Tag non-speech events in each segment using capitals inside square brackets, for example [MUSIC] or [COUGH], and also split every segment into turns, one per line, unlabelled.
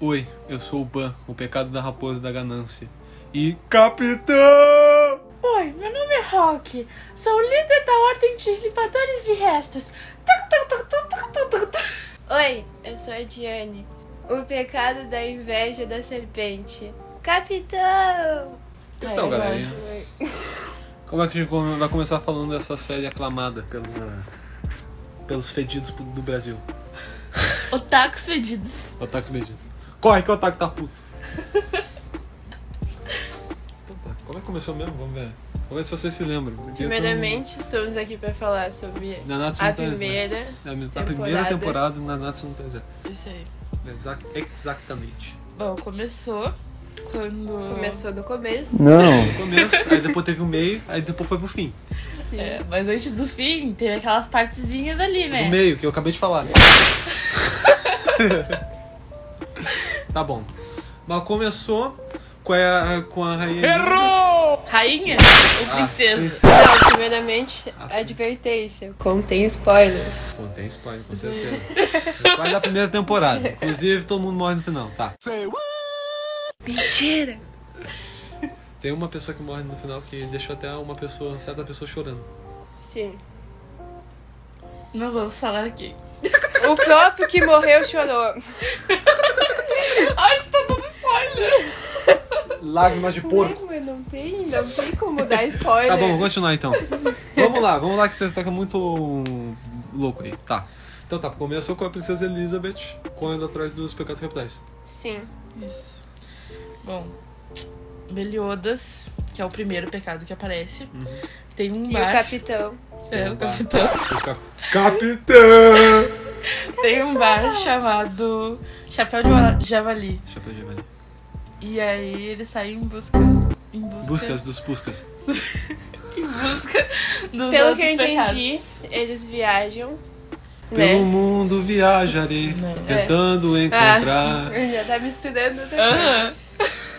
Oi, eu sou o Ban, o pecado da raposa e da ganância. E capitão!
Oi, meu nome é Rock. Sou o líder da Ordem de Limpadores de Restos. Tuc, tuc, tuc, tuc, tuc, tuc, tuc, tuc.
Oi, eu sou a Diane. O pecado da inveja da serpente. Capitão!
Então,
Ai,
galerinha, como é que a gente come- vai começar falando dessa série aclamada pelos, pelos fedidos do Brasil?
Otakus fedidos.
O Otaku medido. Corre que o Otaku tá
[LAUGHS]
puto. então tá, como é que começou mesmo? Vamos ver. Vamos ver se vocês se lembram. Porque eu tô-
Primeiramente, estamos aqui para falar sobre
Nanatsu no
a
Taizai.
primeira.
Na É, minha- na primeira
temporada.
temporada do Nanatsu no Taizai.
Isso aí.
Exa- Exatamente.
Bom, começou quando.
Começou do começo.
No começo, aí depois teve o meio, aí depois foi pro fim.
É, mas antes do fim, teve aquelas partezinhas ali,
No
né?
meio, que eu acabei de falar. tá bom. Mas começou com a, com a rainha. Errou!
Rainha
Ah,
ou princesa?
Então, primeiramente, advertência. Contém spoilers.
Pô, tem spoiler, com certeza. É Quase da primeira temporada. Inclusive, todo mundo morre no final. Tá.
Mentira!
Tem uma pessoa que morre no final que deixou até uma pessoa, uma certa pessoa chorando.
Sim.
Não vamos falar aqui.
O próprio que morreu chorou.
Ai, você tá dando spoiler!
Lágrimas de porco.
Não, mas não tem, não tem como dar spoiler.
Tá bom,
é.
vamos continuar então. Vamos lá, vamos lá que você tá muito hum, louco aí. Tá. Então tá, começou com a princesa Elizabeth correndo atrás dos pecados capitais.
Sim.
Isso. Bom, Meliodas, que é o primeiro pecado que aparece,
Uhum.
tem um
E o
bar.
capitão.
É,
Um
o
bar.
capitão.
[LAUGHS] O cap- Capitão!
Tem um bar chamado Chapéu de Wa- Javali.
Chapéu de velho.
E aí ele sai em busca. Em busca.
Buscas dos buscas.
Em busca dos
Pelo
outros
que eu entendi,
pecados.
eles viajam.
Pelo
É.
Né?
mundo viajarei,
Não.
tentando
Ah.
encontrar.
Já tá misturando. né?
Aham.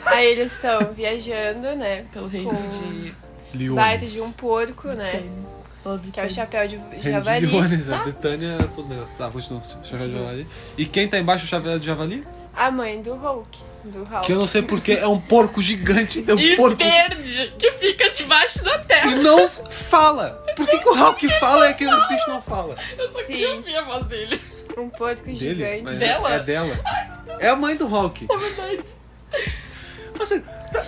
Aí eles estão viajando, né?
Pelo reino
Com-
de.
Leones.
Baita de um porco, né?
Tênis. Pela
Que é o
Britânia.
chapéu de de
Reino de
javali.
Leones,
Tá.
a Britânia, tudo negócio. Tá, continua. Chapéu de javali. E quem tá embaixo do chapéu de javali?
A mãe do Hulk. Do Hulk.
Que eu não sei porquê, é um porco gigante, é um
E
porco
verde, que fica debaixo da terra.
que não fala. Por que, que o Hulk fala e aquele bicho não fala?
Eu só queria
Sim.
ouvir a voz dele.
Um porco
Dele?
gigante.
Mas
Dela?
É dela. É a mãe do Hulk.
É verdade.
Mas, assim,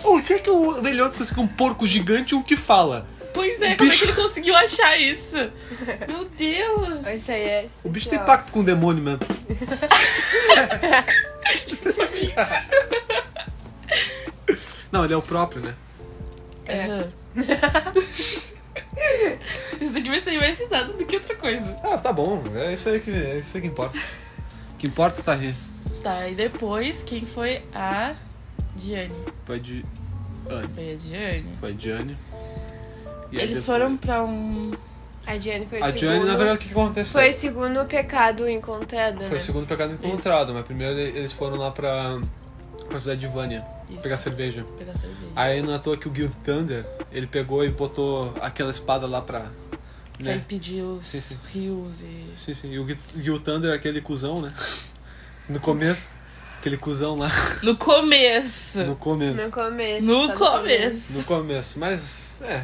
onde é que o Meliodas conseguiu um porco gigante e um que fala?
Pois é, como é
Bicho.
que ele conseguiu achar isso?
[LAUGHS]
Meu Deus.
Mas Isso aí é
O bicho tem
especial.
pacto com o demônio
[LAUGHS]
mesmo. Não, ele é o próprio, né?
Aham. [LAUGHS] Isso daqui vai ser mais citado do que outra coisa.
Ah, tá bom. É isso aí que, é isso aí que importa. O que importa tá rindo.
Tá, e depois, quem foi a Diane?
Foi de. Anne.
Foi a Diane.
Foi Diane. E aí
Eles
depois-
foram pra um.
A Diane foi o
A
segundo.
Diane, na verdade, o que que aconteceu?
Foi o segundo pecado encontrado,
Foi o
né?
segundo pecado encontrado, mas primeiro eles foram lá pra. pra cidade de Vânia
Isso,
pegar cerveja.
pegar cerveja.
Aí não é à toa que o Gil Thunder, ele pegou e botou aquela espada lá pra.
Pra
né?
impedir os
Sim, sim.
rios e.
Sim, sim. E o Gil- Gil Thunder, aquele cuzão, né? No começo. Aquele cuzão
[LAUGHS]
lá.
No começo!
No
No
começo.
começo.
Tá No
só
começo!
No começo. Mas, é.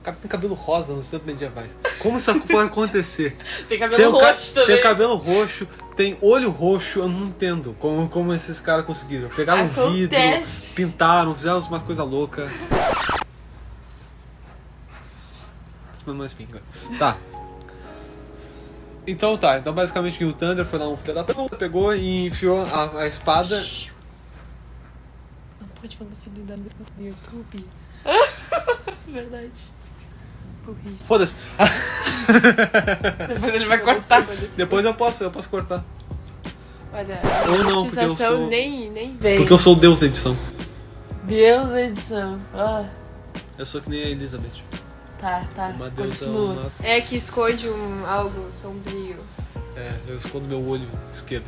O cara tem cabelo rosa nos tempos medievais. é Como isso [LAUGHS] pode acontecer?
Tem
Tem,
cabelo
o ca-
roxo
tem
também.
o cabelo roxo, tem olho roxo, eu não entendo como, como esses caras conseguiram. Pegaram um vidro,
Acontece.
pintaram, fizeram umas coisas loucas. Mas mais pinga. Tá. Então tá, então basicamente que o Thunder foi lá um filho da puta, pegou e enfiou a, a espada.
Não pode falar filho da mãe no YouTube.
Verdade.
Burrice.
Foda-se.
[LAUGHS] Depois ele vai cortar.
Depois eu posso, eu posso cortar.
Olha,
Ou
a
não, porque eu
monetização
sou-
nem, nem veio.
Porque eu sou o deus da edição.
Deus da edição. Ah,
Eu sou que nem a Elizabeth.
tá, tá.
Uma deusa.
Continua.
uma-
É que esconde um, algo sombrio.
É, eu escondo meu olho esquerdo.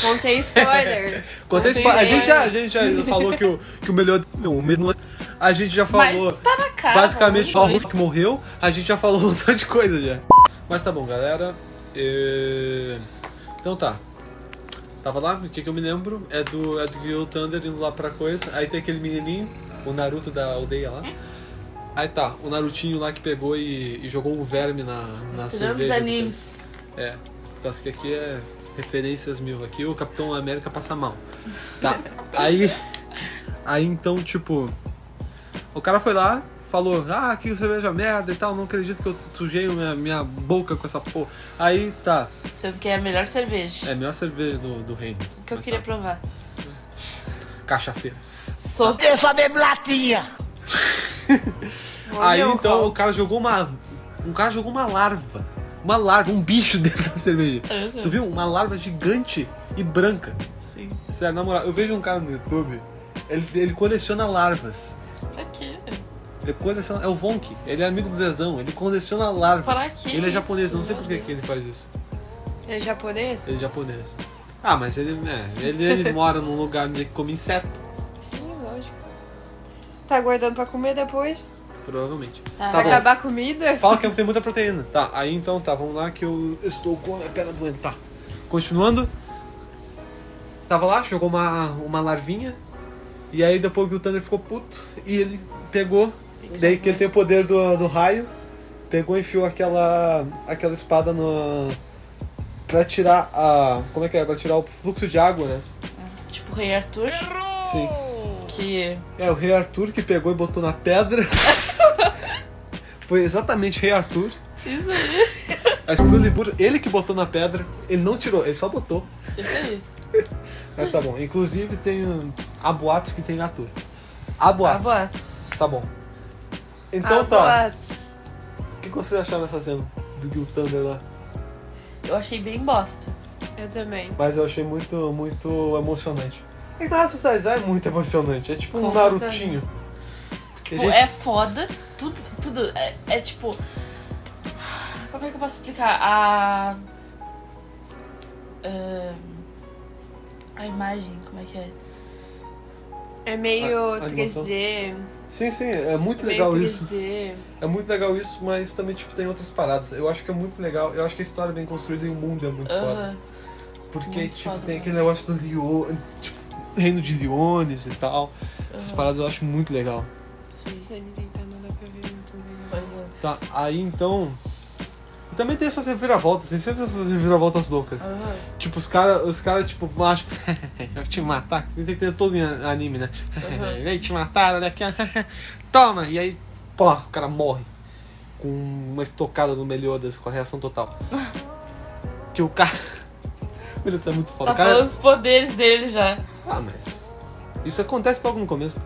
Contei
[LAUGHS]
spoiler.
Quanto a,
Não tem
espa- a gente já, a
ideia.
gente já falou que o, que o melhor. Não, o melhor- A gente já falou.
Mas tá na cara.
basicamente, o
vamos ver.
Hulk morreu. A gente já falou [LAUGHS] um montão de coisa já. Mas tá bom, galera. É, Então tá. Tava lá, o que, que eu me lembro é do, é do Gil Thunder indo lá pra coisa. Aí tem aquele menininho, o Naruto da aldeia
Hum?
lá. Aí tá, o Narutinho lá que pegou e, e jogou um verme na, na
Misturando
cerveja.
os
do
animes.
é, parece que aqui é referências mil. Aqui o Capitão América passa mal. Tá.
[LAUGHS]
Aí. Aí então, tipo. O cara foi lá, falou, ah, que cerveja merda e tal, não acredito que eu sujei minha, minha boca com essa porra. Aí tá.
Sendo que é a melhor cerveja.
É a melhor cerveja do, do reino.
Tudo que eu
Mas
queria
tá,
provar.
Cachaceira.
Sou.
Tá.
Eu só bebo latinha.
Aí
Olha o
então o
copo.
cara jogou uma. Um cara jogou uma larva. Uma larva, um bicho [LAUGHS] dentro da cerveja.
Aham.
Tu viu? Uma larva gigante e branca.
Sim.
Sério, na moral, eu vejo um cara no YouTube, ele, ele coleciona larvas.
Pra quê?
Ele coleciona. É o Vonk, ele é amigo do Zezão, ele coleciona larvas.
Para que
ele é
isso,
japonês, eu não sei
meu
por que
Deus.
que ele faz isso.
É japonês?
Ele é japonês. Ah, mas ele, né, ele, ele mora num lugar onde ele come inseto,
Sim, lógico. Tá guardando pra comer depois?
provavelmente.
Tá.
tá
Pra
bom.
acabar a comida? Ah,
Fala que tem muita proteína. Tá, aí então tá, vamos lá que eu estou com a perna doendo. Tá. Continuando. Tava lá, jogou uma, uma larvinha. E aí depois que o Thunder ficou puto e ele pegou. Daí que ele tem o poder do, do raio. Pegou e enfiou aquela. aquela espada no. Pra tirar a. Como é que é? Pra tirar o fluxo de água, né?
Tipo o Rei Arthur,
Sim.
que
É, o Rei Arthur que pegou e botou na pedra. Foi exatamente Rei Arthur.
Isso aí,
A espada do Liburo, ele que botou na pedra, ele não tirou, ele só botou.
isso aí.
Mas tá bom. Inclusive tem um, há boatos que tem Arthur. Há
Ah,
boatos.
Aboates.
Tá bom. Então tá. O que vocês acharam dessa cena do Gil Thunder lá?
Eu achei bem bosta.
Eu também.
Mas eu achei muito, muito emocionante. É que Naruto Saizai é muito emocionante. É tipo um
Com
Narutinho. Que
Tipo,
gente-
é foda. Tudo, tudo é, é tipo. Como é que eu posso explicar? A. ahn, a imagem, como é que é?
É meio
A- a
3D.
Sim, sim, é muito
meio
Ah, legal
3D.
isso. É muito legal isso, mas também tipo, tem outras paradas. Eu acho que é muito legal. Eu acho que a história bem construída e o mundo é muito foda.
Aham.
Porque,
Muito
tipo,
foda né?
tem
mesmo.
aquele negócio do Lio... tipo, reino de Liones e tal. Essas paradas eu acho muito legal.
Sim, se ele deitar, não dá pra ver muito bem.
Pois é.
Tá, aí então. E também tem essas reviravoltas, tem sempre essas reviravoltas loucas.
Aham.
Tipo, os caras, os cara, tipo, acham. [LAUGHS] eu te matar, tem que ter todo em anime, né?
Uhum.
[LAUGHS] e aí te mataram, olha aqui, [LAUGHS] toma! E aí, pô, o cara morre. Com uma estocada no Meliodas, com a reação
[LAUGHS]
total. que o cara. [LAUGHS] Meu Deus, é muito foda.
Tá
O cara-
falando os poderes dele já.
Ah, mas. Isso acontece logo no começo.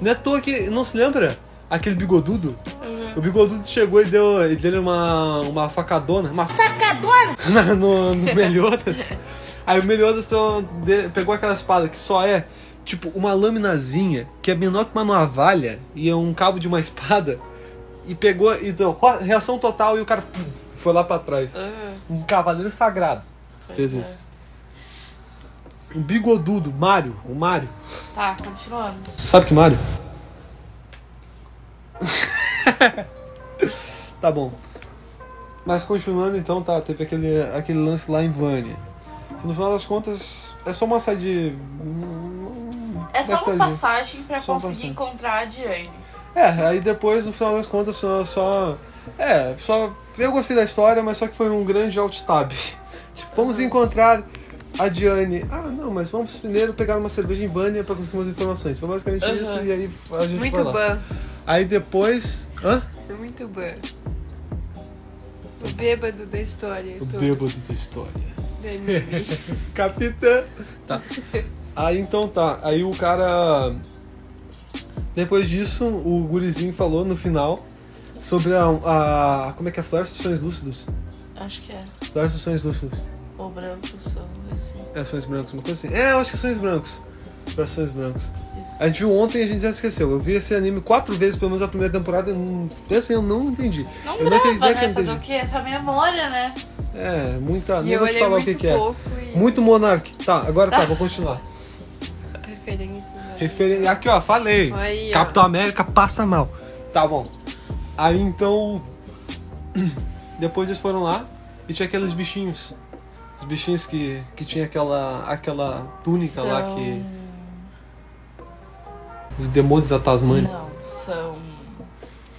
Não é à toa que. Não se lembra? Aquele bigodudo?
Aham.
O bigodudo chegou e deu. Ele deu uma, uma facadona. Uma facadona! [LAUGHS] no, no Meliodas. Aí o Meliodas então, de- pegou aquela espada que só é tipo uma laminazinha que é menor que uma navalha e é um cabo de uma espada. E pegou e deu ro- reação total e o cara pum, foi lá pra trás.
Aham.
Um cavaleiro sagrado fez
Pois é.
isso. O bigodudo, Mario, o Mario.
Tá, continuando.
Sabe que Mario? [LAUGHS] tá bom. Mas continuando então, tá, teve aquele, aquele lance lá em Vânia. Que no final das contas, é só uma um- saída de.
É só uma
Bastante.
passagem pra
Só uma passagem.
conseguir encontrar a Diane.
É, aí depois, no final das contas, só. só é, só. Eu gostei da história, mas só que foi um grande alt-tab. [LAUGHS] Tipo, vamos encontrar a Diane. Ah, não, mas vamos primeiro pegar uma cerveja em Vânia pra conseguir umas informações. Foi basicamente
Aham.
isso, e aí a gente
Muito
foi lá.
ban.
Aí depois. Hã?
Muito ban. O bêbado da história.
O
toda,
bêbado da história.
do anime.
[LAUGHS] Capitã! Tá. [LAUGHS] Aí então tá. Aí o cara. Depois disso, o gurizinho falou no final sobre a. a- como é que é? Flores dos sonhos lúcidos.
Acho que é.
Flores dos Tá, sonhos lúcidos.
Ou branco, sou assim.
É, sonhos brancos, uma coisa assim. É, eu acho que sonhos brancos. Pra sonhos brancos.
Isso.
A gente viu ontem e a gente já esqueceu. Eu vi esse anime quatro vezes, pelo menos a primeira temporada, e não, assim, eu não entendi.
Não
eu não tenho
grava,
ideia que eu
né?
não
Fazer o
entendi.
quê? Essa memória, né?
É, muita.
E
Nem
eu
vou te
olhei
falar o que,
muito
que é.
pouco e
Muito Monark. Tá, agora tá, vou continuar.
referências. né?
Referen... Aqui, ó, falei.
Aí, ó.
Capitão América passa mal. Tá bom. Aí [CLEARS THROAT] então. Depois eles foram lá e tinha aqueles bichinhos. Os bichinhos que, que tinha aquela, aquela túnica lá que. Os demônios da Tasmânia.
Não, são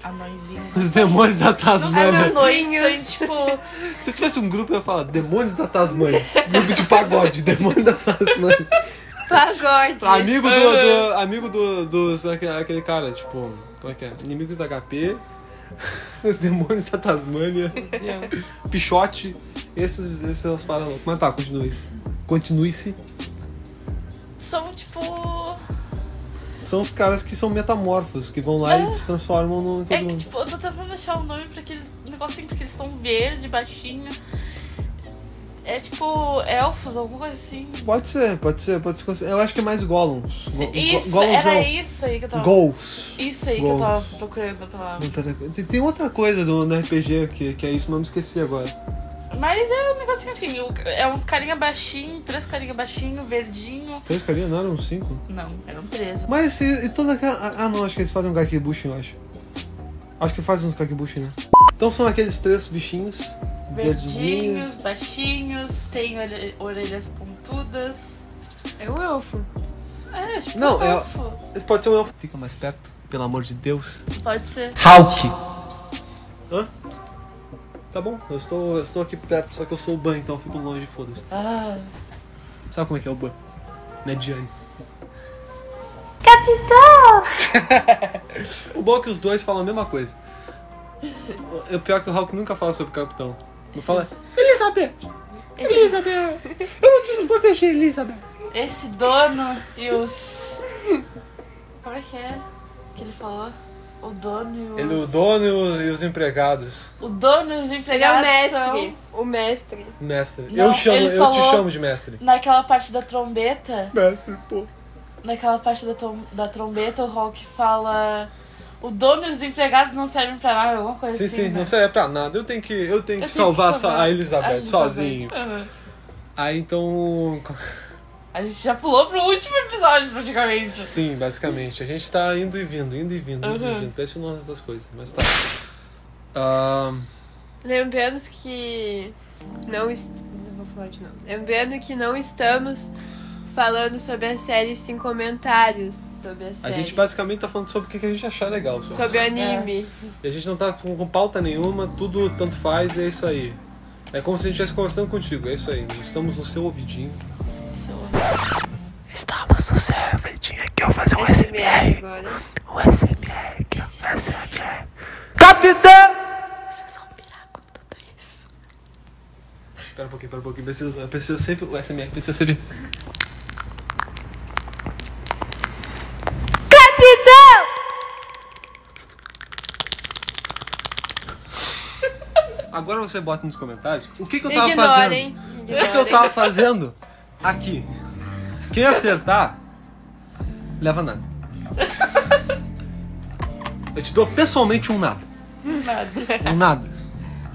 anõezinhos.
Os demônios né? da
Não são
Tasmânia.
anões, são tipo...
Se eu tivesse um grupo, eu ia falar Demônios da Tasmânia. Grupo de pagode, [LAUGHS] Demônios da Tasmânia.
Pagode.
Amigo do. do- amigo do. dos- aquele, aquele cara, tipo. Como é que é? Inimigos da HP. [LAUGHS] Os demônios da Tasmânia.
Deus.
Pichote. Esses, esses são os paranormais. Mas tá, continue isso. Continue-se.
São tipo...
São os caras que são metamorfos, que vão lá e se transformam no, em todo
É que
mundo.
tipo, eu tô tentando achar o nome pra aqueles negocinho, porque eles são verde, baixinho. É tipo elfos, alguma coisa assim.
Pode ser, pode ser, pode ser. cons- Eu acho que é mais Gollums. Go- go-
Isso,
Gollums
era
não.
isso aí que eu tava...
Gols.
Isso aí
Gols.
que eu tava procurando pela...
Não, pera, tem- Tem outra coisa do, no RPG que, que é isso, mas eu me esqueci agora.
Mas é um negocinho assim, o- é uns carinha baixinho, três carinha baixinho, verdinho.
Três carinhas, não eram cinco?
Não, eram três.
Mas e, e toda aquela. ah, Ah, não, acho que eles fazem um kakibushi, eu acho. Acho que fazem uns kakibushi, né? Então são aqueles três bichinhos
Verdinhos,
verdinhos.
baixinhos, tem orelha- orelhas pontudas.
É o elfo.
É, tipo,
Não,
um
é-
elfo.
Esse pode ser um elfo. Fica mais perto, pelo amor de Deus.
Pode ser.
Hulk! Hã? Tá bom, eu estou, eu estou aqui perto, só que eu sou o Ban, então eu fico longe, foda-se.
Ah,
Sabe como é que é o Ban? Né, Diane?
Capitão!
[LAUGHS] O bom é que os dois falam a mesma coisa. O- O pior é que o Hulk nunca fala sobre o capitão. Não fala.
Esses-
Elizabeth! Elizabeth! Eu não te desproteger, Elizabeth!
esse dono e os. [LAUGHS] Como é que é que ele falou? O dono e os.
Ele, é o dono e o- e os empregados.
O dono e os
Ele é o
empregados.
mestre.
são-
O mestre.
Mestre.
Não,
eu chamo,
ele
eu te
falou-
chamo de mestre.
Naquela parte da trombeta,
Mestre, pô.
naquela parte da, trom- da trombeta, o Hulk fala. O dono e os empregados não servem pra nada, alguma coisa
Sim,
assim.
sim,
né?
não serve pra nada. Eu tenho que, eu tenho que
Eu tenho
salvar, essa- a,
a
Elizabeth
Elizabeth.
sozinho.
Aham.
Aí então.
A gente já pulou pro último episódio, praticamente.
Sim, basicamente. A gente tá indo e vindo, indo e vindo, indo
Uhum.
e vindo. Parece o nome das coisas, mas tá. Ah, Ahn,
Lembrando que não es- não vou falar de novo. Lembrando que não estamos falando sobre a série sem comentários sobre a
a
série.
gente basicamente tá falando sobre o que que a gente achar legal. Só.
Sobre anime.
E a gente não tá com, com pauta nenhuma, tudo tanto faz e é isso aí. É como se a gente estivesse conversando contigo, é isso aí. Estamos no seu ouvidinho.
É.
Estamos no server, tinha que eu fazer um
SMR É
é.
agora.
Um SMR aqui, ó. SMR.
Vocês vão pirar com tudo isso.
Pera um pouquinho, pera um pouquinho. Precisa, precisa sempre. O SMR precisa ser.
Capitão!
Agora você bota nos comentários o que, que eu tava fazendo.
Ignorem.
O que, que eu
Ignorem.
tava fazendo aqui. Quem acertar, leva nada. [LAUGHS] Eu te dou pessoalmente um [LAUGHS] nada.
Nada.
Um nada.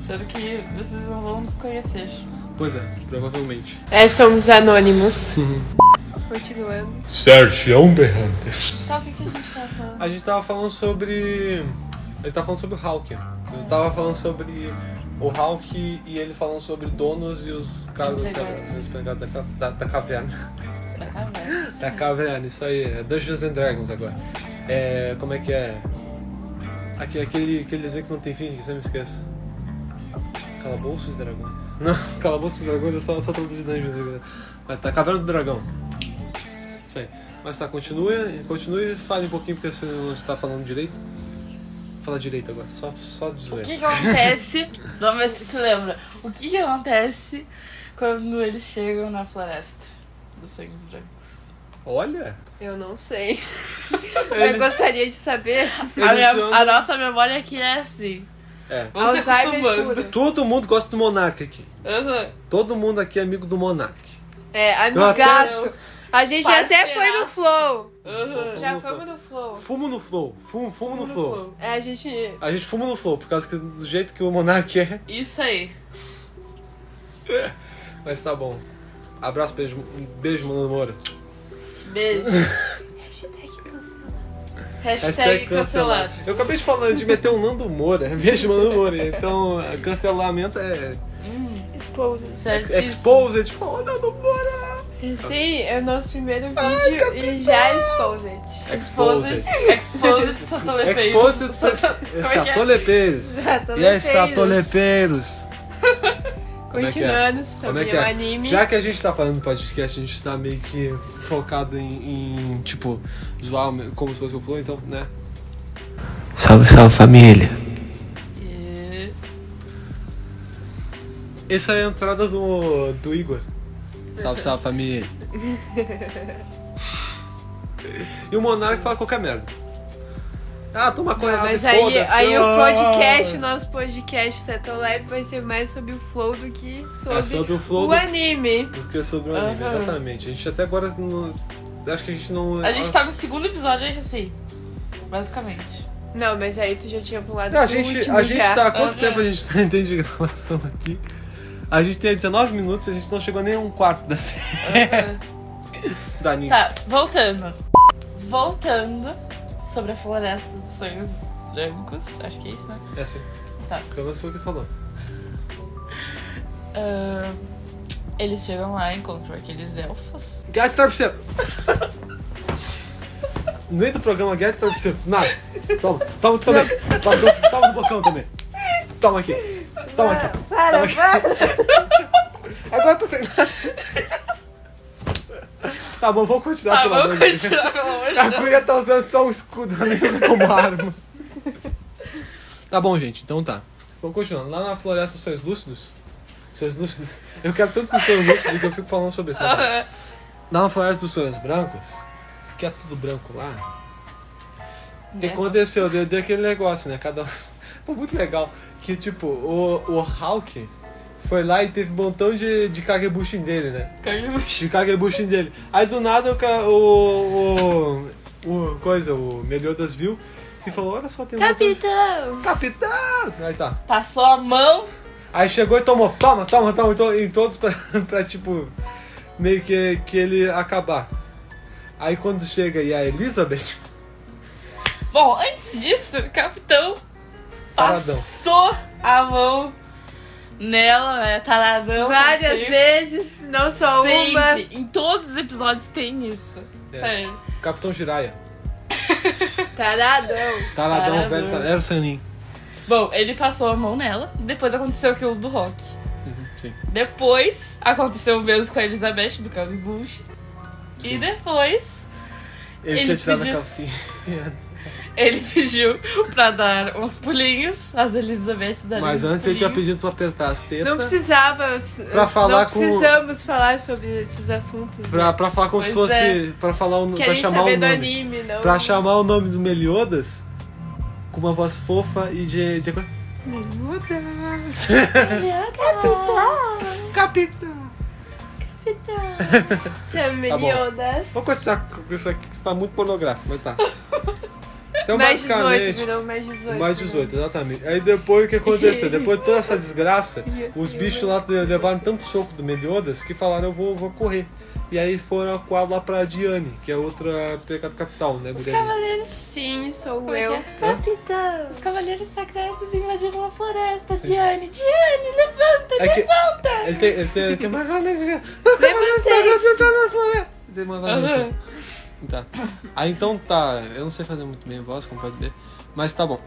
Sendo que vocês não vão nos conhecer.
Pois é, provavelmente.
É, somos anônimos. Continuando.
Sérgio Berrante.
Tá, o que, que a gente tá falando?
A gente tava falando sobre. Ele tava falando sobre o Hulk. Eu tava falando sobre o Hulk e ele falando sobre donos e os caras da,
Empregados.
os empregados da, ca- da- da caverna.
Da caverna.
Da caverna, isso aí. É Dungeons and Dragons agora. É. Como é que é? Aquele, aquele, aquele desenho que não tem fim, que eu sempre esqueço. Calabouços e Dragões. [LAUGHS] Não, Calabouços e Dragões é só, só traduzir Dungeons and Dragons. Mas tá, Caverna do Dragão. Isso aí. Mas tá, continue, continue e fale um pouquinho porque você não está falando direito. Fala direito agora, só, só de
O
zoeira.
que
[LAUGHS]
que acontece? Vamos ver se tu lembra. O que que acontece quando eles chegam na floresta dos sangues brancos?
Olha!
Eu não sei.
É, Eles-
Eu gostaria de saber.
eles
A, minha-
andam-
a nossa memória aqui é assim.
É.
Vamos se
Alzheimer
acostumando.
puro.
Todo mundo gosta do Monark aqui.
Aham.
Todo mundo aqui é amigo do Monark.
É,
Eu até-
amigaço. A gente até foi no
Parceiraço.
Flow.
Aham.
Já fomos no Flow.
Fumo no flow, fumo, fumo, no, flow.
É, a gente.
A gente fuma no flow, por causa que, do jeito que o Monark é.
Isso aí.
Mas tá bom. Abraço, beijo, um beijo, Mano Moura. [LAUGHS]
Beijo.
Hashtag cancela.
Hashtag cancelados.
Eu acabei de
Hum.
falar de meter o Nando Moura. Beijo, Mano Moura. Então, cancelamento é.
Exposed.
Certíssimo.
Exposed, foda do bora!
Sim, é o nosso primeiro vídeo e já exposed.
Exposed. Exposed Satolepeiros.
Exposed
Sato- Como é que é?
Satolepeiros.
Já
E aí,
[LAUGHS]
Satolepeiros? Como é que é?
Continuando
Como é
sobre
que
o
é?
um anime.
Já que a gente tá falando do podcast, a gente tá meio que focado em, em, tipo, zoar como se fosse o Flow, então, né?
Salve, salve família.
E-
Essa é a entrada do, do Igor. Salve, salve família. e o Monark fala qualquer merda. Ah, toma
Não,
coisa
mas aí, aí o podcast, o nosso podcast Setolab vai ser mais sobre o flow do que sobre,
É sobre o flow
o
do-
anime.
do que é sobre o anime,
Aham.
exatamente. A gente até agora não. Acho que a gente não.
A gente tá no segundo episódio RC. Basicamente.
Não, mas aí tu já tinha pulado
Ah, A
pro
gente,
último
a gente
já.
tá. há Quanto
Aham.
tempo a gente tá em tempo de gravação aqui? A gente tem 19 minutos e a gente não chegou nem a um quarto da série. [LAUGHS] da anime.
Tá, voltando. Voltando sobre a floresta dos sonhos brancos. Acho que é isso, né?
É assim.
Tá.
Pelo menos foi o que falou.
Ah, eles chegam lá e encontram aqueles elfos.
Guerra de Travesseiro. No meio do programa Guerra de Travesseiro. Nada. Toma. Toma também. Toma, toma no bocão também. Toma aqui. Toma aqui.
Para,
Tava aqui.
para.
Agora tá sem nada. Tá bom, vou continuar,
Tá,
pelo
vamos
amor de Deus.
continuar, pelo amor de
A
Deus.
guria tá usando só um escudo, ela nem usa como arma. Tá bom, gente. Então tá. Vamos continuando. Lá na floresta, os sonhos lúcidos. Sonhos lúcidos. Eu quero tanto um sonho lúcido que eu fico falando sobre isso. Tá bom.
[LAUGHS] Aham.
Na Floresta dos Sonhos Brancos, que é tudo branco lá, o que
Né?
aconteceu? Deu, deu aquele negócio, né? Cada um. [LAUGHS] Foi muito legal. Que tipo, o, o Hulk foi lá e teve um montão de, de kagebushin dele,
É,
né?
Carnibush.
De kagebushin dele. Aí do nada o. ca- o, o, o coisa, o Meliodas viu e falou: Olha só, tem um. montão de-
Capitão!
Capitão! Aí tá.
Passou a mão.
Aí chegou e tomou, toma, toma, toma, Então, e to- em todos pra, [LAUGHS] pra, tipo, meio que, que ele acabar. Aí quando chega e a Elizabeth,
Bom, antes disso, o capitão
Taradão.
passou a mão nela, né? Taradão.
Várias
sempre.
vezes, não só uma.
Sempre. Em todos os episódios tem isso.
É.
Sério.
Capitão Jiraya,
Taradão.
taradão,
Taradão.
velho, tar- era o Sanin.
Bom, ele passou a mão nela, depois aconteceu aquilo do Rock.
Uhum, sim,
Depois aconteceu o mesmo com a Elizabeth do Calvin Bush.
sim.
E depois
Ele,
ele
tinha tirado
pediu-
a calcinha.
ele pediu pra dar uns pulinhos às Elizabeth da
Mas antes ele tinha pedido pra apertar as tetas.
Não precisava.
Pra falar
não
com-
precisamos falar sobre esses assuntos.
Pra,
né?
pra falar como se
Pois
fosse. Pra, falar o, pra
Querem
chamar
saber
o
do
nome.
anime, não.
Pra chamar o nome do Meliodas com uma voz fofa e de. de...
[LAUGHS]
Meliodas! Capitão!
Seu
Tá bom.
Meliodas.
Vou continuar com isso aqui que está muito pornográfico, mas tá. Então,
mais 18,
basicamente.
virou mais 18.
Mais
né?
18, exatamente. Aí depois o que aconteceu? Depois de toda essa
[LAUGHS]
desgraça, os bichos lá de- levaram tanto soco do Meliodas que falaram: eu vou, vou correr. E aí foram acuados lá pra Diane, que é outra pecado capital, né,
Os
mulher?
cavaleiros.
Sim, sou
Como é
eu.
que
Capitão.
Os cavaleiros sagrados invadiram a floresta. Diane, Diane, levanta!
É que. Ele tem. Ele tem. Ele tem
[LAUGHS]
mas, mas, os cavaleiros sagrados entraram tá na floresta! Tem uma valência.
Aham.
Tá. Ah, então tá. Eu não sei fazer muito bem a voz, como pode ver. Mas tá bom.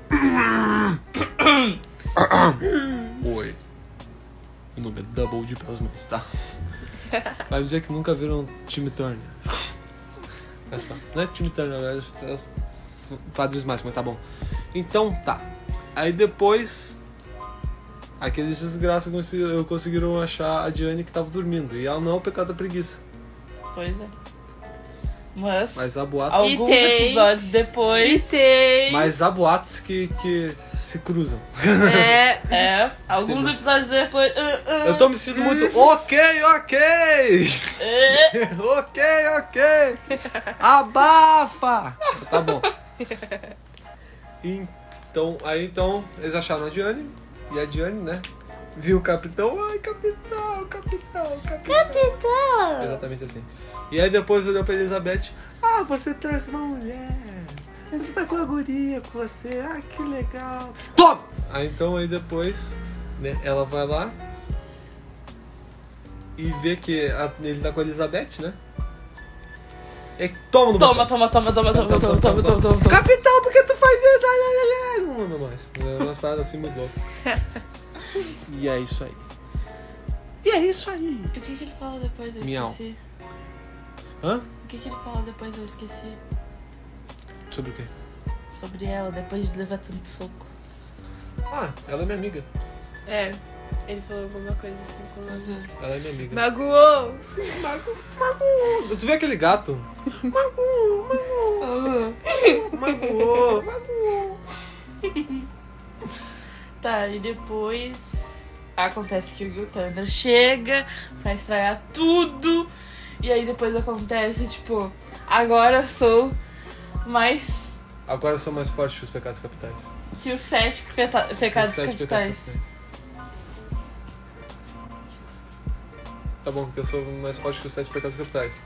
Oi. O nome é Double de pelas mães, tá? Vai me dizer que nunca viram um Time Turner. Mas tá. Não é Time Turner, agora é Padres Mais, mas tá bom. Então tá. Aí depois. Aqueles desgraças conseguiram, conseguiram achar a Diane que tava dormindo. E ela não é o pecado da preguiça.
Pois é. Mas,
Mas há boatos.
E
alguns
tem-
episódios
E
depois.
tem.
Mas há boatos que, que se cruzam.
É,
É, alguns episódios depois. ah, ah,
Eu tô me sentindo muito. Ok, ok! [LAUGHS]
é.
ok, ok! Abafa! Tá bom. Então, aí então, eles acharam a Diane. E a Diane, né? Viu o capitão. Ai, capitão, capitão, capitão. Capitão! Exatamente assim. E aí depois olhou pra Elizabeth. Ah, você trouxe uma mulher. Você tá com a guria com você. Ah, que legal. Toma! Aí então, aí depois, né? Ela vai lá. e vê que a- ele tá com a Elizabeth, né? E toma do
Toma,
botão.
toma, toma, toma, toma, toma, toma, toma, toma, toma.
Capitão, por que tu faz isso? Ai, ai, ai, ai. Não lembro mais. É umas paradas assim muito
[LAUGHS]
loucas. E é isso aí. E é isso aí.
E o que, que ele fala depois? Eu
Miau.
esqueci.
Hã?
O que, que ele fala depois? Eu esqueci.
Sobre o quê?
Sobre ela, depois de levar tanto soco.
Ah, ela é minha amiga.
É, ele falou alguma coisa assim como.
Ela é minha amiga.
Magoou!
Tu vê aquele gato?
Uhum.
Magoou.
[LAUGHS] Tá, e depois acontece que o Gil Thunder chega pra estragar tudo. E aí depois acontece, tipo, agora eu sou mais
Agora eu sou mais forte que os pecados capitais.
que os sete peta- pecados
Sete
capitais.
capitais. Tá bom, que eu sou mais forte que os sete pecados capitais.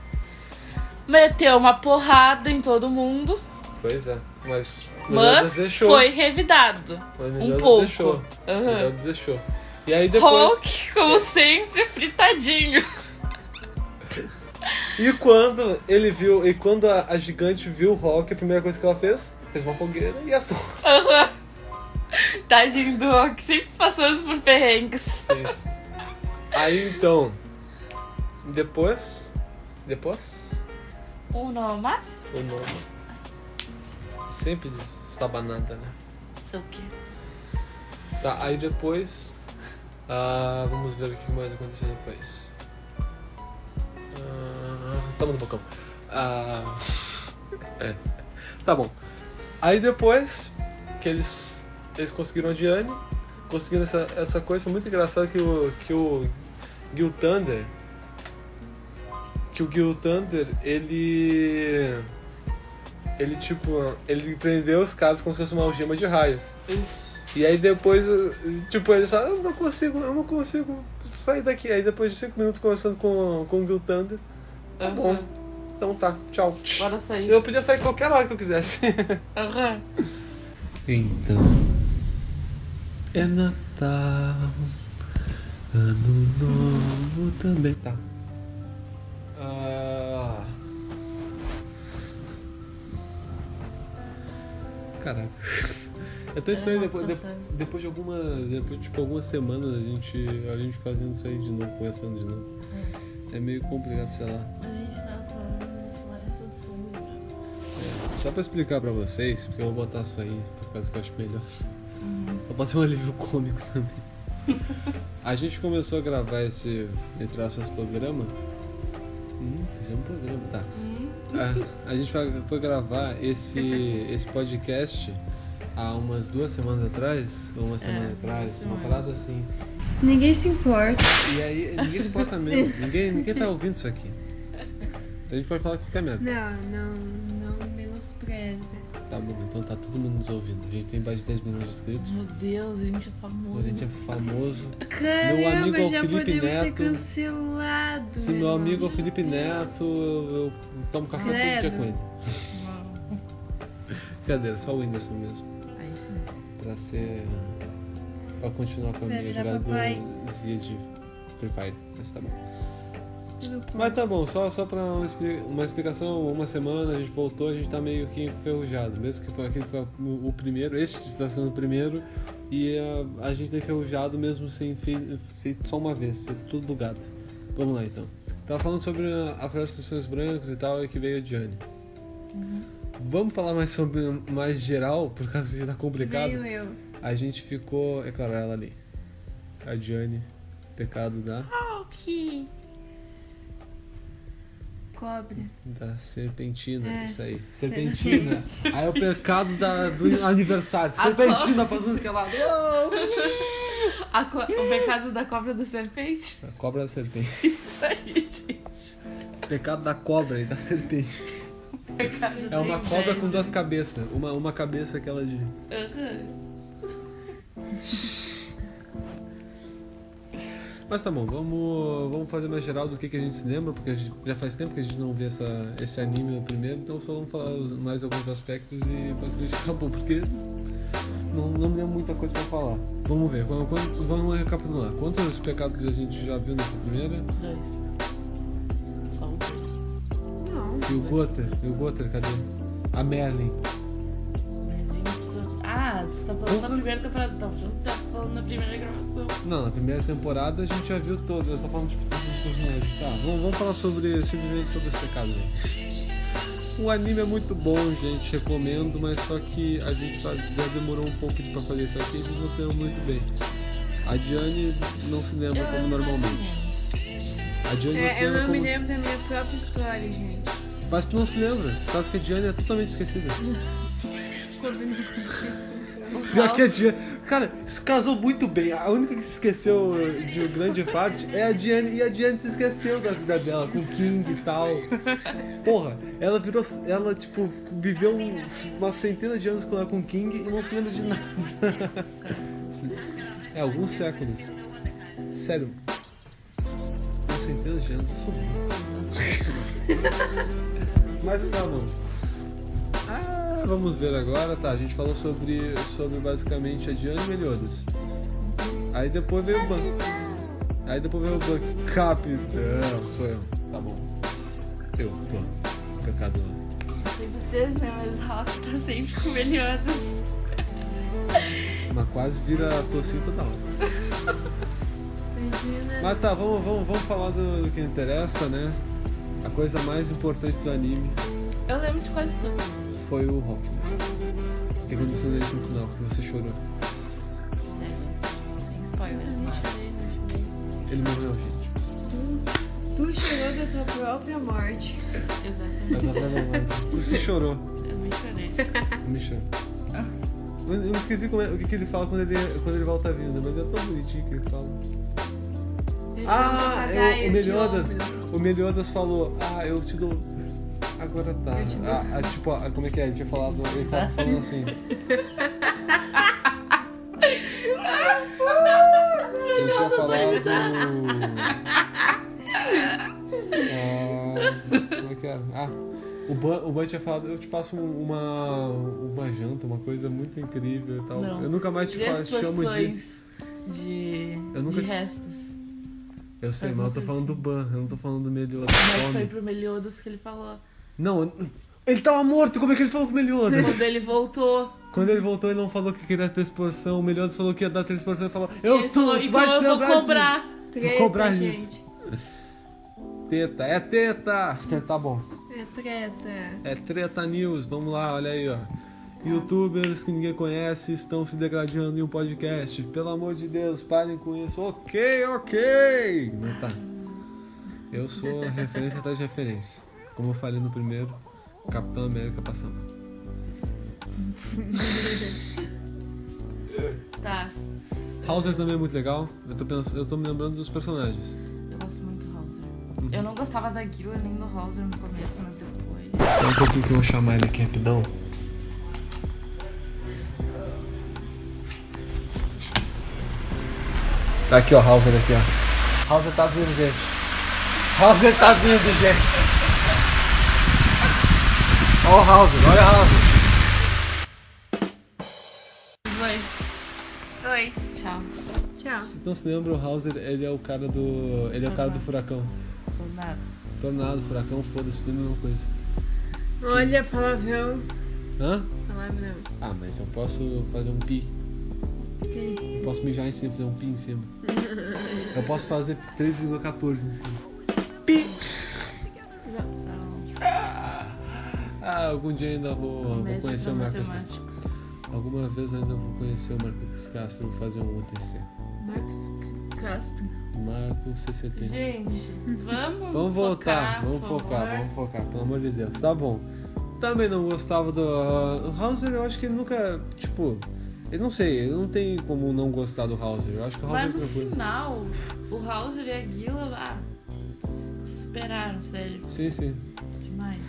Meteu uma porrada em todo mundo,
Pois é, mas. Meliodas
mas
deixou.
foi revidado.
Mas
Um
Meliodas
pouco.
deixou.
Uhum.
Meliodas deixou. E aí depois.
Hulk, como sempre, fritadinho. [LAUGHS]
E quando ele viu. E quando a, a gigante viu o Hulk, a primeira coisa que ela fez? Fez uma fogueira e assou.
Uhum. Tadinho do Hulk, sempre passando por perrengues.
Isso. Aí então. Depois. Depois.
O nome Um mas
O nome. Sempre estabanada, né?
Sei o quê?
Tá, aí depois. ah, vamos ver o que mais aconteceu depois. Ah, toma no bocão. Ah, [LAUGHS] é. Tá bom. Aí depois que eles, eles conseguiram a Diane, conseguiram essa, essa coisa, foi muito engraçado que o, que o Gil Thunder. Que o Gil Thunder, ele. Ele tipo. Ele prendeu os caras como se fosse uma algema de raios.
Isso.
E aí depois, tipo, ele fala, eu não consigo, eu não consigo sair daqui. Aí depois de cinco minutos conversando com, com o Gil Thunder,
Tá
bom. então tá, tchau.
Bora sair.
Eu podia sair qualquer hora que eu quisesse. [LAUGHS]
Aham.
Então é Natal, Ano Novo também.
tá. Ah, Caraca. É tão estranho
Era
depois,
uma
de-
passada.
depois de alguma. Depois de tipo, algumas semanas a gente, a gente fazendo isso aí de novo, conversando de novo. É meio complicado, sei lá.
A gente tava falando da Floresta dos Fundos, né?
Só pra explicar pra vocês, porque eu vou botar isso aí, por causa que eu acho melhor. Só pra ser um alívio cômico também. a gente começou a gravar esse Entre aspas programa. Hum, fizemos um programa, tá. A, a gente foi, foi gravar esse, esse podcast há umas duas semanas atrás, ou uma semana atrás, uma
semanas.
parada assim.
Ninguém se importa.
E aí ninguém se importa mesmo, ninguém, ninguém tá ouvindo isso aqui. Então A gente pode falar qualquer merda.
Não, não, não menospreza.
Tá bom, então tá todo mundo nos ouvindo. A gente tem mais de 10 milhões de inscritos.
Meu Deus, a gente é
A
famoso.
gente é famoso.
Caramba,
amigo é o
já
Felipe
podemos ser
Neto.
cancelados.
Se meu amigo é o Felipe Neto, eu eu tomo café todo dia
Credo.
com ele. é- Brincadeira, só o Whindersson mesmo.
Aí sim.
Pra ser. Pra continuar com
Pra
a minha
virar
jogada
papai.
do dia de Free Fire. Mas tá bom. Mas tá bom, só, só pra uma expli- uma explicação, uma semana a gente voltou, a gente tá meio que enferrujado. Mesmo que foi aquele que foi o o primeiro, este está sendo o primeiro, e a, a gente tá enferrujado mesmo sem fe- feito só uma vez, tudo bugado. Vamos lá então. Tava falando sobre eh, a, a floresta dos sonhos brancos e tal, e que veio a Diane.
Uhum.
Vamos falar mais sobre mais geral, por causa que tá complicado.
Veio eu.
A gente ficou, é claro, ela ali. A Diane, pecado da,
Ok.
Cobra.
da serpentina,
É.
isso aí. Serpentina. aí é o pecado da,
[LAUGHS]
do aniversário. Serpentina fazendo aquela.
A co- O pecado da cobra da serpente? [LAUGHS]
A cobra da serpente.
Isso aí, gente.
Pecado da cobra e da serpente.
Pecado
É uma
sem
cobra com
inveja.
duas cabeças. Uma, uma cabeça aquela de.
Aham.
Mas tá bom, vamos, vamos fazer mais geral do que, que a gente se lembra, porque a gente- já faz tempo que a gente não vê essa, esse anime no primeiro, então só vamos falar os- mais alguns aspectos e depois que a gente acabou, porque
Não, não deu muita coisa pra falar.
Vamos ver, quando- quando- vamos recapitular. Quantos pecados a gente já viu nessa primeira?
Dois. Só um.
Não.
E o Gother? E o Gother, cadê? A Merlin.
Mas isso. Ah, tu tá falando na primeira temporada. Tá falando, tá falando na primeira gravação.
Não, na primeira temporada a gente já viu todas. Eu tô falando tipo todos os personagens. Tá, vamos, vamos falar sobre simplesmente sobre os pecados. gente. O anime é muito bom, gente. Recomendo, mas só que a gente tá- já demorou um pouco de- pra fazer isso aqui. A gente não se lembra muito bem. A Diane não se lembra como
lembro mais ou
Tá normalmente.
menos.
A Diane não se
É, eu
lembra
não me
como...
lembro da minha própria história, gente.
Mas tu não se lembra. Parece que a Diane é totalmente esquecida. Pior que a Diane. Cara, se casou muito bem. A única que se esqueceu de grande parte é a Diane. E a Diane se esqueceu da vida dela, com o King e tal. Porra, ela virou. Ela, tipo, viveu um- uma centena de anos com ela com o King e não se lembra de nada. É alguns séculos. Sério. Uma centena de anos, eu sou burro. Mas tá bom. Ah, vamos ver agora, tá? A gente falou sobre, sobre basicamente a Diane Meliodas. Aí depois veio o Buck. Aí depois veio o Buck. Capitão, sou eu. Tá bom. Eu tô. Pecador.
Tem vocês, né? Mas o Rafa tá sempre com melhoras.
Mas quase vira tocinho toda hora.
Imagina.
Mas tá, vamos, vamos, vamos falar do, do que interessa, né? A coisa mais importante do anime
Eu lembro de quase tudo.
foi o Rockman. O que aconteceu nele no final? Que você chorou.
Sem spoilers, mas.
Ele morreu, gente.
Tu chorou da tua própria morte.
Exatamente.
Mas até não, Você chorou.
Eu me chorei. Ah.
Michel. Eu eu esqueci como é- o que, que ele fala quando ele, quando ele volta à vida, mas é tão bonitinho que ele fala. ah, é o- o, Meliodas. O Meliodas falou, ah, eu te dou. Agora tá. Ah, ah, tipo, ah, como é que é? Ele tinha falado. Ele tava
Tá.
falando
[LAUGHS]
assim. Ele tinha falado. Ah, como é que era? Ah. O Ban, o Ban tinha falado, eu te faço um- uma, uma janta, uma coisa muito incrível e tal.
Não.
Eu nunca mais te faço, chamo de.
Disposições de,
Eu nunca-
de restos.
Eu sei, mas eu tô falando do Ban, eu não tô falando do Meliodas.
Mas foi
Homem.
pro Meliodas que ele falou.
Não, eu- ele tava morto, como é que ele falou com o Meliodas?
Quando ele voltou,
Quando ele voltou, ele não falou que queria transposição, o Meliodas falou que ia dar transposição, ele falou, eu
ele
tô,
falou,
tu
então
vai se
eu
lembrar
vou
de-
cobrar.
Treta,
cobrar
gente.
Teta, é teta! Tá bom.
É treta.
É Treta News, vamos lá, olha aí, ó. Youtubers que ninguém conhece estão se degradando em um podcast. Pelo amor de Deus, parem com isso. Ok, ok! Não tá. Eu sou referência atrás de referência. Como eu falei no primeiro, Capitão América passando.
Tá,
Hauser também é muito legal. Eu tô, pensando, eu tô me lembrando dos personagens.
eu gosto muito do Hauser.
Uhum.
Eu não gostava da Gila nem do Hauser no começo, mas depois.
Então, um pouquinho que eu vou chamar ele aqui rapidão. Tá aqui, ó, Hauser aqui, ó. Hauser tá vindo, gente. Hauser tá vindo, gente. Ó o Hauser, olha o Hauser.
Oi,
Oi.
tchau.
Tchau.
Se não se lembra, o Hauser, ele é o cara do... Ele é o cara do furacão.
Tornados.
Tornado, furacão, foda-se, não é a mesma coisa.
Olha, palavrão.
Hã?
Palavrão.
Ah, mas eu posso fazer um pi.
Pi.
Eu posso mijar em cima, fazer um pi em cima. Eu posso fazer 3,14 em cima.
Então,
Ah, algum dia ainda vou, vou
médicos
conhecer o
ou
Marco.
matemáticos.
Alguma vez ainda vou conhecer o Marcos Castro vou fazer um OTC.
Marcos Castro.
Marco CCT.
Gente,
Uhum.
vamos.
Vamos voltar,
focar,
vamos
por
focar,
favor.
vamos focar, pelo amor de Deus. Tá bom. Também não gostava do. ah, o Hauser, eu acho que ele nunca. Tipo. Eu não sei, eu não tem como não gostar do Hauser. Eu acho que o Hauser é
Mas no
tranquilo.
final, o Hauser e a Gila, ah, superaram, sério,
Sim, sim.
demais.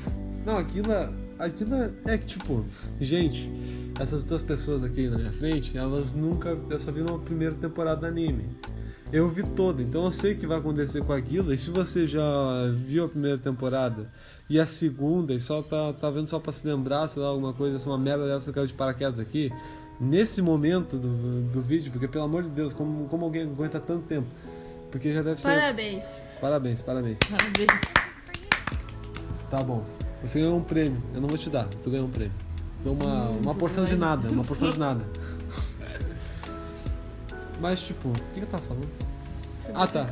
Não, aquilo, é- aquilo é- é que, tipo, gente, essas duas pessoas aqui na minha frente, elas nunca. Eu só vi na primeira temporada do anime. Eu vi toda, então eu sei o que vai acontecer com a Gila. E se você já viu a primeira temporada e a segunda e só tá, tá vendo só pra se lembrar, sei lá, alguma coisa, assim, uma merda dessa que caiu de paraquedas aqui, nesse momento do, do vídeo, porque pelo amor de Deus, como, como alguém aguenta tanto tempo? Porque já deve ser.
Parabéns.
Parabéns, parabéns.
Parabéns.
Tá bom. Você ganhou um prêmio. Eu não vou te dar, tu ganhou um prêmio. Então uma, uma porção de nada, uma porção de nada. Mas tipo, o que que eu tava falando? Ah tá.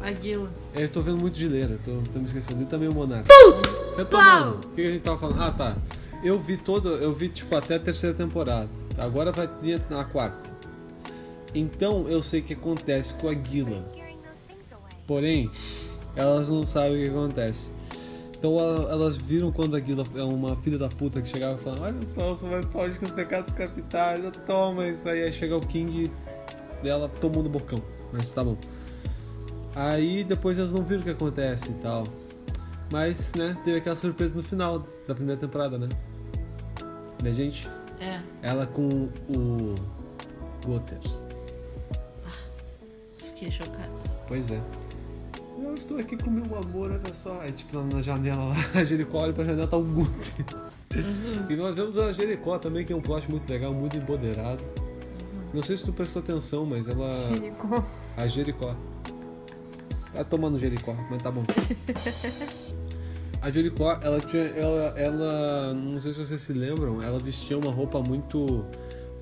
Aguila.
É, Eu tô vendo muito de leira, tô, tô me esquecendo. E também o Monarca.
Pau!
Retomando. O que a gente tava falando? Ah, tá. Eu vi todo. Eu vi, tipo, até a terceira temporada. Agora vai entrar na quarta. Então eu sei o que acontece com a Gila. Porém, elas não sabem o que acontece. Então ela- elas viram quando a Gila é uma filha da puta que chegava e falava, olha só, eu sou mais forte que os pecados capitais, eu toma isso aí. Aí chega o King dela, tomou no bocão. Mas tá bom. Aí depois elas não viram o que acontece e tal. Mas, né, teve aquela surpresa no final da primeira temporada, né? Né, gente?
É.
Ela com o. Guter.
Fiquei chocada.
Pois é. Eu estou aqui com meu amor, olha só. Aí, tipo, lá na janela lá, [LAUGHS] a Jericó olha pra janela, tá o Guter. E nós vemos a Jericó também, que é um plot muito legal, muito empoderado. Não sei se tu prestou atenção, mas ela. A Jericó. Tá tomando Jericó, mas tá bom. A Jericó, ela tinha. Ela, ela. Não sei se vocês se lembram, ela vestia uma roupa muito.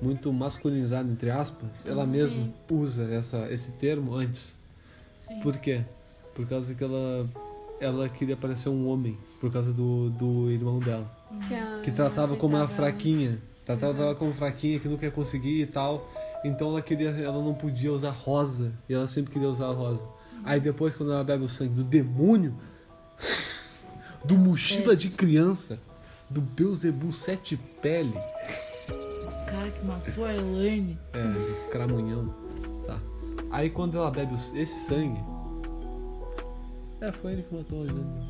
Muito masculinizada, entre aspas. Ela mesma usa essa, esse termo antes. Por quê? Por causa que ela. Ela queria parecer um homem, por causa do, do irmão dela
ela
que tratava
não
como uma
aceitava.
fraquinha. Tratava ela como fraquinha, que nunca ia conseguir e tal. Então ela queria, ela não podia usar rosa. E ela sempre queria usar rosa. Aí depois, quando ela bebe o sangue do demônio, [LAUGHS] do mochila de criança, do Beuzebu sete pele,
O cara que matou a Elaine.
é, do cramunhão, tá. Aí quando ela bebe os- esse sangue, é, foi ele que matou a Juliana.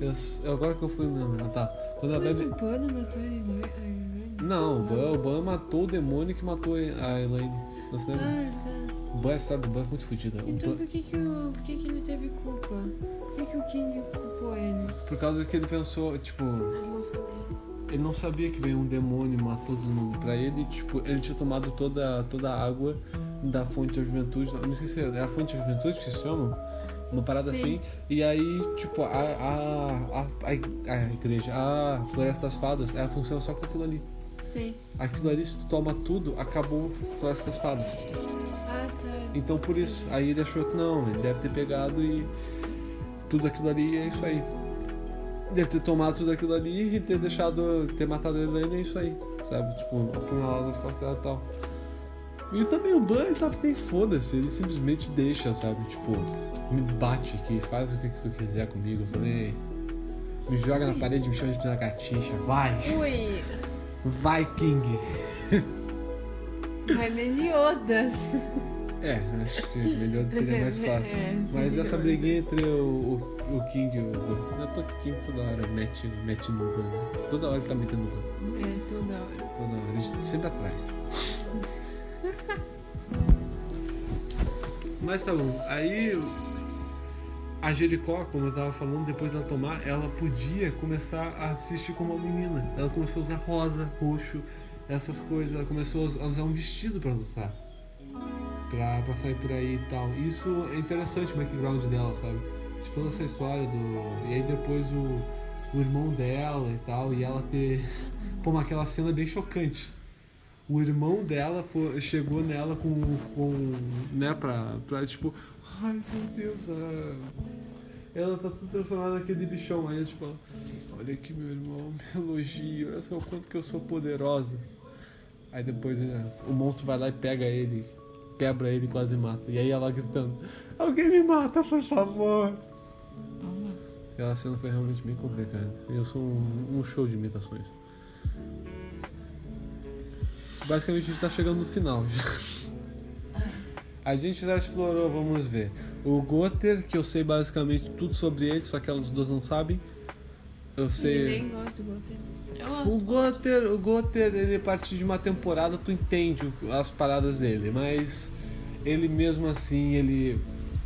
Eu- Agora que eu fui me lembrar, tá. Quando ela
Mas
bebe
o Bano matou ele no- a Irlanda.
Não, o Ban, o Ban matou o demônio que matou a Elaine. Não se lembra?
Ah, tá.
O Ban, a história do Ban é muito fodida. O
Então
Ban-
por que que, o, por que que ele teve culpa? Por que que o King culpou ele?
por causa que ele pensou, tipo,
Ele não sabia.
ele não sabia que veio um demônio e matou todo mundo pra ele. Tipo, ele tinha tomado toda, toda a água da fonte da juventude. Não, me esqueci, é a fonte da juventude que se chama? Uma parada
Sim.
assim. E aí, tipo, a, a, a, a, a igreja, a Floresta das Fadas, ela funciona só com aquilo ali.
Sim.
Aquilo ali, se tu toma tudo, acabou a Floresta das Fadas.
Ah, tá.
Então por isso, aí ele achou que não, ele deve ter pegado e tudo aquilo ali é isso aí. Deve ter tomado tudo aquilo ali e ter deixado, ter matado a Elaine é isso aí, sabe? Tipo, apunhalado nas costas dela e tal. E também o Ban, ele tá bem foda-se, ele simplesmente deixa, sabe? Tipo, me bate aqui, faz o que que tu quiser comigo, eu falei. Me joga na parede, me chama de lagartixa, vai!
Ui,
Vai, King!
Ai, Meliodas.
É, acho que melhor seria mais fácil.
É,
Mas
melhor.
essa briguinha entre o, o, o King e o. Eu tô o King toda hora, mete, mete no gol. né? Toda hora ele tá metendo no gol.
[LAUGHS] É, toda hora.
Toda hora. Ele sempre atrás.
[LAUGHS]
Mas tá bom. Aí a Jericó, como eu tava falando, depois dela tomar, ela podia começar a assistir como uma menina. Ela começou a usar rosa, roxo, essas coisas. Ela começou a usar um vestido pra lutar. Pra, pra sair por aí e tal. Isso é interessante o background dela, sabe? Tipo, toda essa história do. E aí depois o, o irmão dela e tal, e ela ter. [LAUGHS] Pô, mas aquela cena é bem chocante. O irmão dela fo- chegou nela com. com né, pra, pra tipo. Ai meu Deus, a... ela tá tudo transformada naquele bichão. Aí tipo, ela, olha aqui meu irmão, me elogio, olha só o quanto que eu sou poderosa. Aí depois né, o monstro vai lá e pega ele, quebra ele e quase mata. E aí ela gritando, alguém me mata, por favor. Aquela cena foi realmente bem complicada. Eu sou um, um show de imitações. Basicamente a gente tá chegando no final já. A gente já explorou, vamos ver. O Goter, que eu sei basicamente tudo sobre ele, só que elas duas não sabem. Eu sei.
Ele nem gosta do Walter.
Eu amo.
O Guter, o Guter, ele parte de uma temporada, tu entende o- as paradas dele, mas ele mesmo assim, ele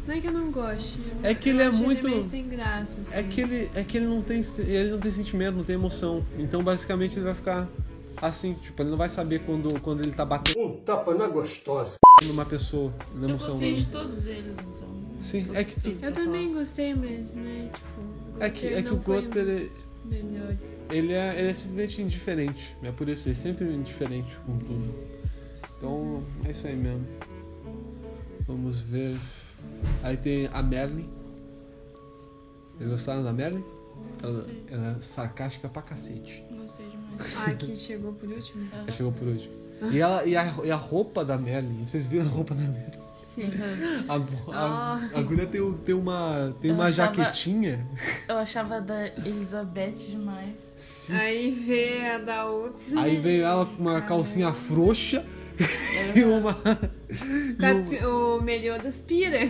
Não é que eu não goste. eu-
É que ele
eu
é
acho
muito-
Ele meio sem graça, assim.
é que ele, é que ele não tem, ele não tem sentimento, não tem emoção. Então basicamente ele vai ficar assim, tipo, ele não vai saber quando, quando ele tá batendo
Um tapa na gostosa.
numa pessoa na
Eu
emoção.
gostei de todos eles, então.
Sim,
Sou
é que tu-
suspeita
Eu
pra falar.
também gostei, mas, né, tipo...
É que- é que
não
o
foi um
Gunther,
dos Melhores.
Ele é, ele é simplesmente indiferente. É por isso, ele é sempre indiferente com tudo. Então, é isso aí mesmo. Vamos ver. Aí tem a Merlin. Vocês gostaram da Merlin? Ela,
Gostei.
ela é sarcástica pra cacete.
Gostei demais.
Ah, que chegou por último?
Ela chegou por último. E, ela, e, a, e a roupa da Merlin, vocês viram a roupa da Merlin?
Sim.
A, a, a guria tem, um- tem uma, tem
Eu
uma
achava-
jaquetinha.
Eu achava a da Elizabeth demais.
Sim.
Aí vê a da outra.
Aí veio ela com uma calcinha frouxa [LAUGHS] e uma.
Capi- O Meliodas pira.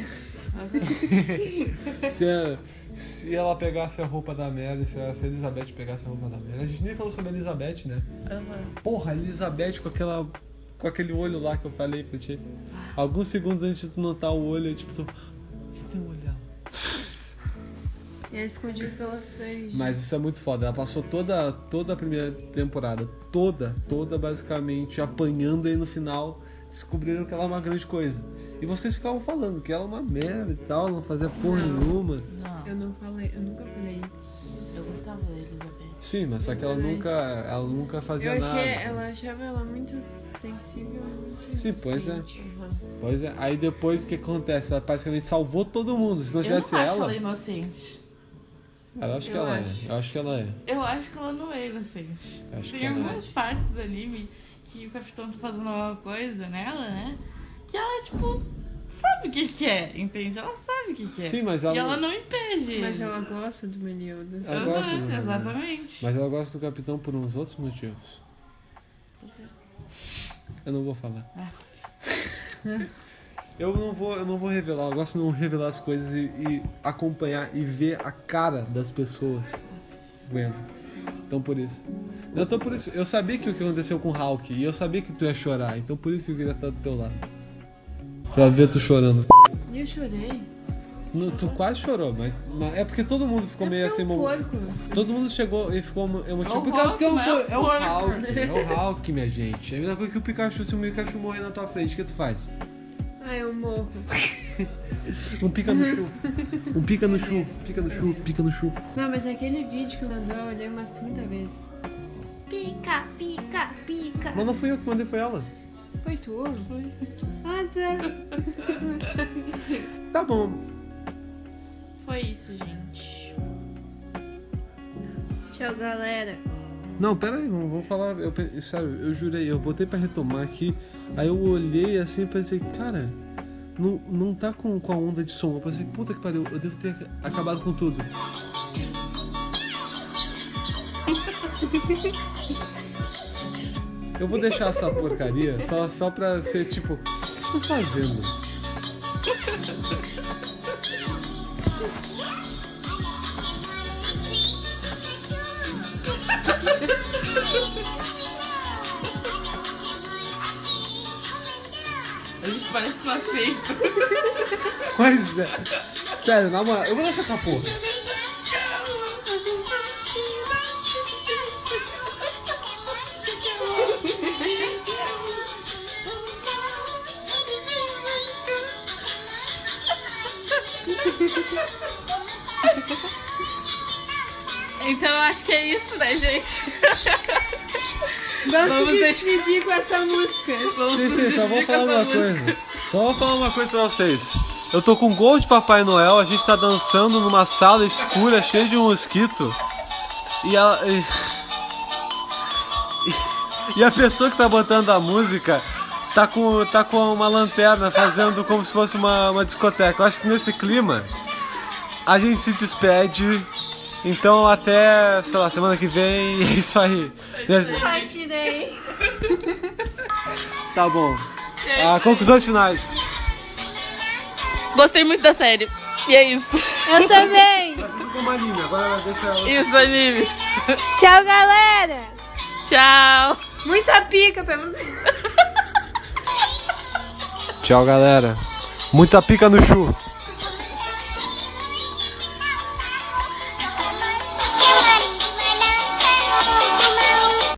Se, a- se ela pegasse a roupa da Mary, se a, se a Elizabeth pegasse a roupa da Mary. A gente nem falou sobre a Elizabeth, né?
Aham.
Porra, a Elizabeth com aquela. com aquele olho lá que eu falei pra ti. Alguns segundos antes de tu notar o olho, eu, tipo, tu. Por que tem um olhar?
E é escondido pela franja.
Mas isso é muito foda. Ela passou toda, toda a primeira temporada, toda, toda basicamente apanhando e no final descobriram que ela é uma grande coisa. E vocês ficavam falando que ela é uma merda e tal, não fazia porra
Não.
nenhuma.
Não,
Eu não falei, eu nunca falei.
eu gostava da Elizabeth.
Sim, mas só que ela
Também.
nunca, ela nunca fazia
Eu achei,
nada.
ela achava ela muito sensível, muito
Sim, pois é.
inocente.
Pois é. Aí depois o que acontece? Ela basicamente salvou todo mundo. Se não
Eu não
tivesse
acho ela...
é ela.
inocente.
Cara, eu acho que
Eu
ela
acho.
é. Eu acho que ela é.
Eu acho que ela não é inocente.
Eu acho que
Tem
ela é.
algumas partes do anime que o capitão tá fazendo alguma coisa nela, né? Que ela, tipo, sabe o que que é, entende? Ela sabe o que que é.
Sim, mas ela.
E ela não impede.
Mas
ele.
ela gosta do Meliodas.
Ela
Aham,
gosta né? do-
Exatamente.
Mas ela gosta do capitão por uns outros motivos. Eu não vou falar.
Ah.
Eu não vou, eu não vou revelar. Eu gosto de não revelar as coisas e, e acompanhar e ver a cara das pessoas. Bueno. Então por isso. Eu tô por isso. Eu sabia que o que aconteceu com o Hulk e eu sabia que tu ia chorar. Então por isso que eu queria estar do teu lado. Pra ver tu chorando.
E eu chorei.
Não, tu quase chorou, mas, mas é porque todo mundo ficou meio assim.
é um
mo-
porco.
Todo mundo chegou e ficou emotivo.
É o
por causa que é, um,
Hulk, né?
é o
Porco.
Hulk. É o Hulk, minha gente. É a mesma coisa que o Pikachu. Se o Pikachu morrer na tua frente, o que tu faz?
Ah, eu morro.
Um pica
[LAUGHS]
no chu. Um pica no chu. Pica no chu. Pica no chu.
Não, mas aquele vídeo que mandou, eu olhei umas 30 vezes. Pica, pica, pica.
Mas não fui eu que mandei, foi ela.
Foi tu? Ah, tá.
Tá bom.
Foi isso, gente.
Tchau, galera.
Não, pera aí, não vou falar. Eu, pe- sério, eu jurei, eu botei pra retomar aqui. Aí eu olhei assim e pensei, cara, não, não tá com, com a onda de som. Eu pensei, puta que pariu, eu devo ter acabado com tudo. [LAUGHS] Eu vou deixar essa porcaria só, só pra ser tipo, o que vocês estão fazendo?
A gente parece uma seita.
Pois é. Sério, na moral, eu vou deixar essa porra.
Então eu acho que é isso, né, gente?
Vamos
Vamos
se
deixar-
despedir com essa música.
Sim, sim, só vou falar uma coisa. Só vou falar uma coisa pra vocês. Eu tô com gol de Papai Noel, a gente tá dançando numa sala escura, cheia de um mosquito. E a. E, e a pessoa que tá botando a música tá com, tá com uma lanterna fazendo como se fosse uma, uma discoteca. Eu acho que nesse clima a gente se despede. Então até, sei lá, semana que vem. [LAUGHS] É isso aí.
Partirei.
Tá bom. Ah, conclusões finais.
Gostei muito da série. E é isso.
Eu também.
Como anime, agora deixa ela.
Isso, anime.
Tchau, galera.
Tchau.
Muita pica pra você.
Tchau, galera. Muita pica no chu.